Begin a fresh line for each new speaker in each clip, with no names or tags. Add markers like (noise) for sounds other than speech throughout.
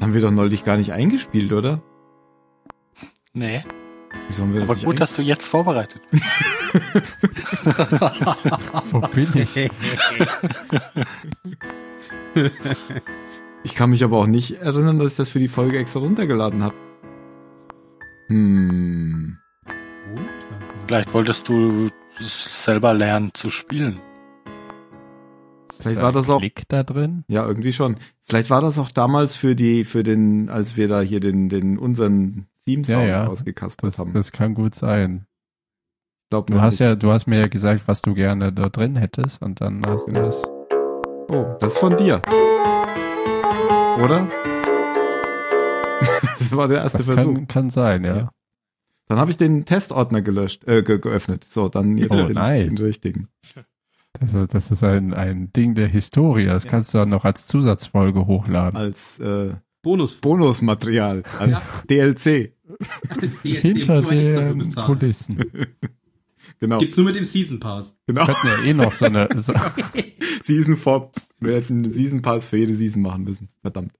Haben wir doch neulich gar nicht eingespielt, oder?
Nee.
Wieso haben wir das
Aber
nicht
gut, dass du jetzt vorbereitet bist.
Wo bin ich?
Ich kann mich aber auch nicht erinnern, dass ich das für die Folge extra runtergeladen habe. Hm.
Vielleicht wolltest du selber lernen zu spielen.
Vielleicht
da
war
ein
das auch-
Klick da drin?
Ja, irgendwie schon. Vielleicht war das auch damals für die, für den, als wir da hier den, den unseren Theme-Song
Ja, ja.
ausgekaspert
Das,
haben.
das kann gut sein.
Glaub
Du
mir
hast
nicht.
ja, du hast mir ja gesagt, was du gerne da drin hättest und dann hast du das.
Oh, das ist von dir. Oder? (laughs) das war der erste
Das
Versuch.
kann, kann sein, ja.
Ja. Dann habe ich den Testordner gelöscht, äh, ge geöffnet. So, dann jetzt
Oh,
den,
nice.
den richtigen.
Das, ist- das ist ein, ein Ding der Historie. Das
Ja.
kannst du dann noch als Zusatzfolge hochladen.
Als äh,
Bonus.
Bonusmaterial, als DLC.
Als DLC
Hinter
muss man extra für
den
bezahlen.
Kulissen.
Genau,
Gibt's nur mit dem Season Pass.
genau. (laughs)
könnten ja eh noch so eine. (laughs) So,
Season 4. Wir hätten einen Season Pass für jede Season machen müssen. Verdammt.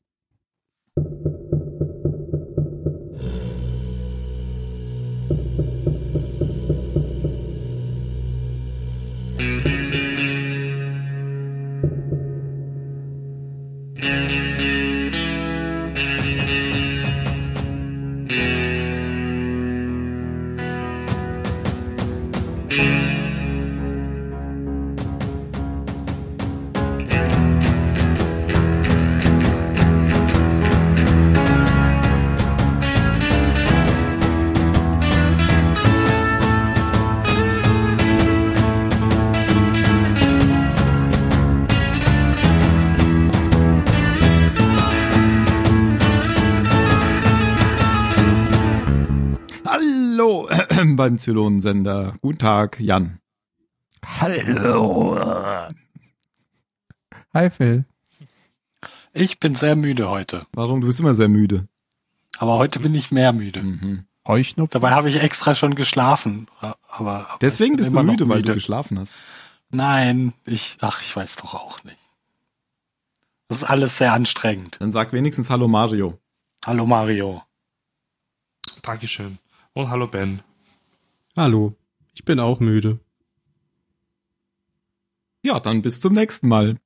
Hallo (clears throat) beim Zylonensender. Guten Tag, Jan.
Hallo. Hi Phil.
Ich bin sehr müde heute.
Warum? Du bist immer sehr müde. Mhm.
Aber heute bin ich mehr müde.
Heuschnupfen.
Dabei habe ich extra schon geschlafen. Aber, aber
Deswegen
ich bin
bist du
immer noch
müde, weil du geschlafen hast.
Nein, ich, ach, ich weiß doch auch nicht. Das ist alles sehr anstrengend.
Dann sag wenigstens Hallo Mario.
Hallo Mario.
Dankeschön. Und hallo Ben.
Hallo. Ich bin auch müde.
Ja, dann bis zum nächsten Mal.